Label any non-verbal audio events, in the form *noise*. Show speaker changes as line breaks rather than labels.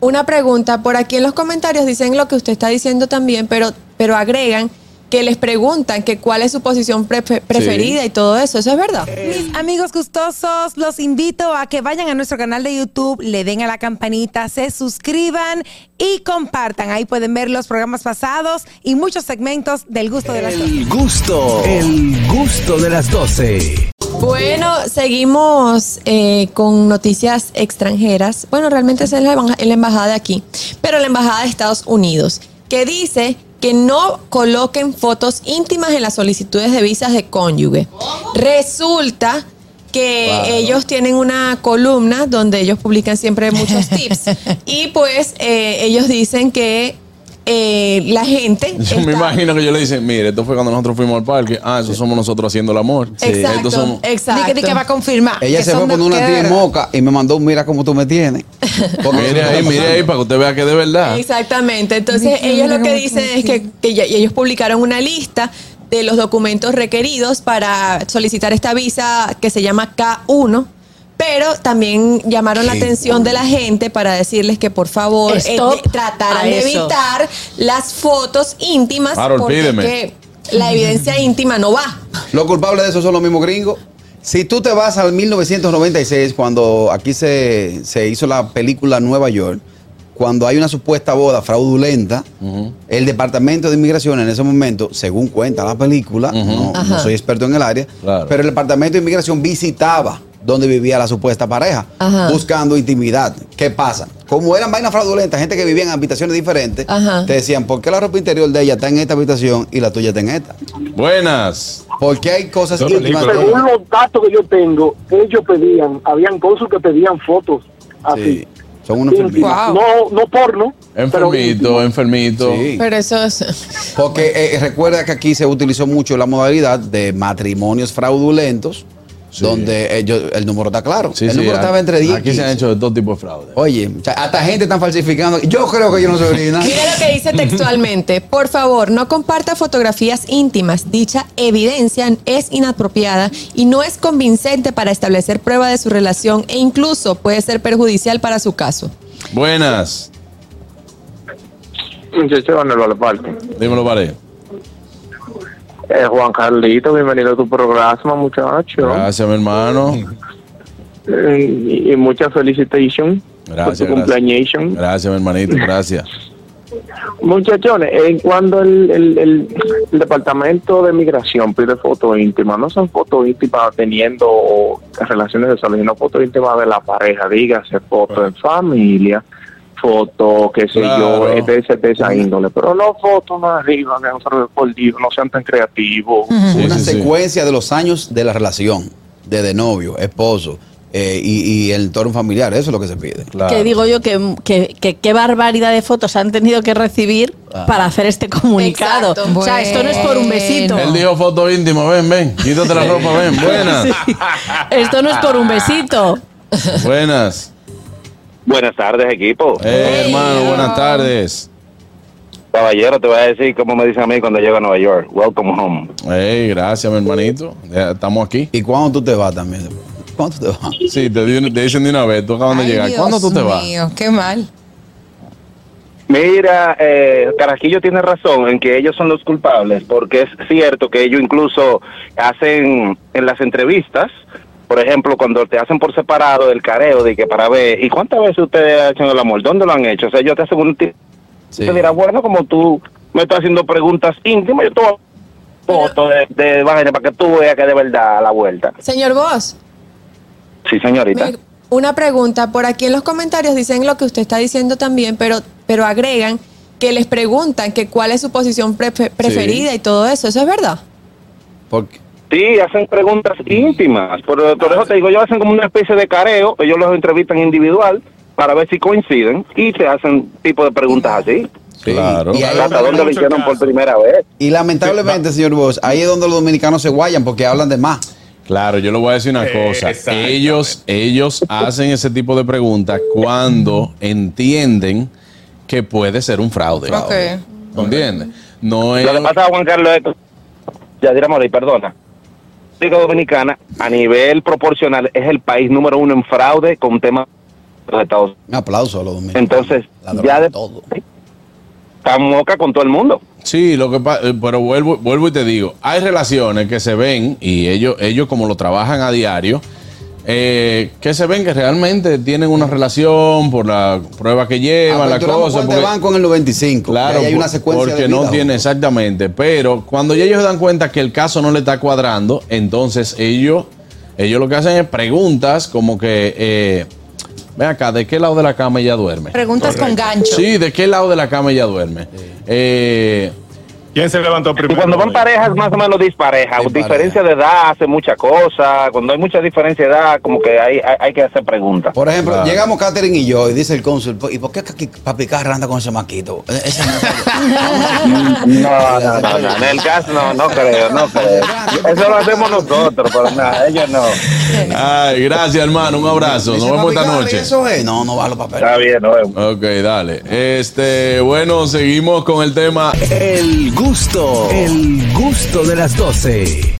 Una pregunta, por aquí en los comentarios dicen lo que usted está diciendo también, pero, pero agregan que les preguntan que cuál es su posición pre- preferida y todo eso. ¿Eso es verdad?
Mis amigos gustosos, los invito a que vayan a nuestro canal de YouTube, le den a la campanita, se suscriban y compartan. Ahí pueden ver los programas pasados y muchos segmentos del gusto de las
El gusto, el gusto de las 12.
Bueno, seguimos eh, con noticias extranjeras. Bueno, realmente esa es la, embaja- la embajada de aquí, pero la embajada de Estados Unidos, que dice que no coloquen fotos íntimas en las solicitudes de visas de cónyuge. Resulta que ellos tienen una columna donde ellos publican siempre
*laughs*
muchos tips y pues eh, ellos dicen que eh, la gente...
Yo me
está-
imagino que yo le dicen, mire, esto fue cuando nosotros fuimos al parque. Ah, eso somos nosotros haciendo el amor.
Exacto,
Estos somos-
Eh,
exacto.
Di que, di que va a confirmar.
Ella
que
se fue
son
con una
que
tía en
de
moca y me mandó un mira cómo tú
*laughs*
me tienes. Porque
Mire
eso
ahí,
está
mire ahí, para que usted vea que de verdad.
Exactamente. Entonces,
Dije,
ellos lo
mira,
que
como
dicen
que
es que, que ya- y ellos publicaron una lista de los documentos requeridos para solicitar esta visa que se llama K1. Pero también llamaron la atención de la gente para decirles que por favor eh,
Stop
de- trataran
a
de
eso.
evitar las fotos íntimas
Harold,
porque
pídeme.
que la evidencia íntima no va.
Los culpables de eso son los mismos gringos. Si tú te vas al 1996, cuando aquí se, se hizo la película Nueva York, cuando hay una supuesta boda fraudulenta, el Departamento de Inmigración en ese momento, según cuenta la película, no- no,
Ajá.
soy experto en el área,
Claro.
pero el Departamento de Inmigración visitaba donde vivía la supuesta pareja,
Ajá.
buscando intimidad. ¿Qué pasa? Como eran vainas fraudulentas, gente que vivía en habitaciones diferentes,
Ajá.
te decían, ¿por qué la ropa interior de ella está en esta habitación y la tuya está en esta?
Buenas.
Porque hay cosas
Son
íntimas.
películas.
Según los datos que yo tengo, ellos pedían, habían cónsul que pedían fotos así.
Sí, son unos enfermos.
íntimas. No, no porno. pero
Enfermito,
íntimas.
enfermito.
Sí.
Pero eso es...
Porque eh, recuerda que aquí se utilizó mucho la modalidad de matrimonios fraudulentos,
Sí.
donde ellos- el número está claro.
Sí,
el
sí,
número
a-
estaba entre 10 y
Aquí se han
15.
hecho de todo tipo de fraude.
Oye, o sea, hasta gente están falsificando. Yo creo que yo no soy original.
Mira lo que dice *laughs* textualmente. Por favor, no comparta fotografías íntimas. Dicha evidencia es inapropiada y no es convincente para establecer prueba de su relación e incluso puede ser perjudicial para su caso.
Buenas.
Muchachos, en el Valparque.
Dímelo, pare.
Eh, Juan Carlito, bienvenido a tu programa, muchacho.
Gracias, mi hermano.
Eh, y, y muchas felicitations por tu
Gracias, gracias.
cumpleañation.
Gracias, mi hermanito, gracias.
Muchachones, eh, cuando el, el- el- el Departamento de Migración pide fotos íntimas, no son fotos íntimas teniendo relaciones de salud, sino fotos íntimas de la pareja, dígase, fotos en familia, fotos, qué sé yo,
Claro.
eh, de, ese- de esa índole, pero no fotos más arriba, de nosotros, por Dios, no sean tan creativos.
Sí,
Una
sí, sí.
secuencia de los años de la relación, desde novio, esposo eh, y, y el entorno familiar. Eso es lo que se pide.
Claro.
Que digo yo que, que- que qué barbaridad de fotos han tenido que recibir para hacer este comunicado.
Exacto.
o sea, esto no es por un besito.
Él dijo foto íntima, ven, ven, quítate la ropa, ven. Buenas.
Esto no es por un besito.
Buenas.
Buenas tardes, equipo.
Eh, hermano, buenas tardes.
Caballero, te voy a decir como me dicen a mí cuando llego a Nueva York. Welcome home.
Ey, gracias, mi hermanito. Ya estamos aquí.
¿Y cuándo tú te vas también? ¿Cuándo tú te vas?
Sí, te, di- te dicen de una vez, tú acabas de llegar. ¿Cuándo tú te vas?
qué mal.
Mira, eh, Carajillo tiene razón en que ellos son los culpables, porque es cierto que ellos incluso hacen en las entrevistas, por ejemplo, cuando te hacen por separado el careo de que para ver, ¿y cuántas veces ustedes han hecho el amor? ¿Dónde lo han hecho? O sea, yo te aseguro, un tipo
Sí.
te dirá, bueno, como tú me estás haciendo preguntas íntimas, yo te voy a foto de, de vaina para que tú veas que de verdad a la vuelta.
Señor Vos,
Sí, señorita.
me- una pregunta. Por aquí en los comentarios dicen lo que usted está diciendo también, pero, pero agregan que les preguntan que cuál es su posición pre- preferida y todo eso. ¿Eso es verdad?
Porque,
Sí, hacen preguntas íntimas. Por, por eso te digo, ellos hacen como una especie de careo. Ellos los entrevistan individual para ver si coinciden y te hacen tipo de preguntas así.
sí.
Claro.
Y ahí
¿Hasta
donde-
dónde lo hicieron por primera vez?
Y lamentablemente, señor Bosch, ahí es donde los dominicanos se guayan porque hablan de más.
Claro, yo le voy a decir
Eh,
una cosa. Ellos, ellos hacen ese tipo de preguntas cuando entienden que puede ser un fraude. ¿Me ¿Entiendes? No es.
Lo que pasa, Juan Carlos, es que- Yadira Morey, perdona. La República Dominicana, a nivel proporcional, es el país número uno en fraude con temas los Estados Unidos.
Un aplauso a los dominicanos.
Entonces,
La droga
ya de,
todo.
está moca con todo el mundo.
Sí, lo que pa- eh, pero vuelvo, vuelvo y te digo, hay relaciones que se ven y ellos, ellos como lo trabajan a diario, eh, que se ven que realmente tienen una relación por la prueba que llevan, la
Aperturamos
cosa.
cuenta de
porque-
este banco en el 95.
Claro,
y ahí hay una
por-
secuencia
porque
de
no
vida,
tiene
¿no?
exactamente, pero cuando ya ellos se dan cuenta que el caso no le está cuadrando, entonces ellos, ellos lo que hacen es preguntas como que, eh, ven acá, ¿de qué lado de la cama ella duerme?
Preguntas con gancho.
Sí, ¿de qué lado de la cama ella duerme? Eh,
¿Quién se levantó
Y
primero?
cuando van parejas más o menos disparejas,
Dispareja.
diferencia de edad hace mucha cosa, cuando hay mucha diferencia de edad como que hay, hay, hay que hacer preguntas.
Por ejemplo,
Claro.
llegamos Catherine y yo y dice el cónsul, "Pues, ¿y por qué aquí Papi Carra anda con ese maquito? Eh, ese no es-
*laughs* No, no, no, no, en el caso no, no creo, no creo. Eso lo hacemos nosotros, pero nada, ellos no.
ay, gracias hermano, un abrazo, nos
Dice,
vemos
"Papi
esta
Carra, ¿y
noche.
Eso es, no, no va a los
Está
papeles.
bien, no vemos.
Ok, dale. Este, bueno, seguimos con el tema.
El gusto, el gusto de las 12.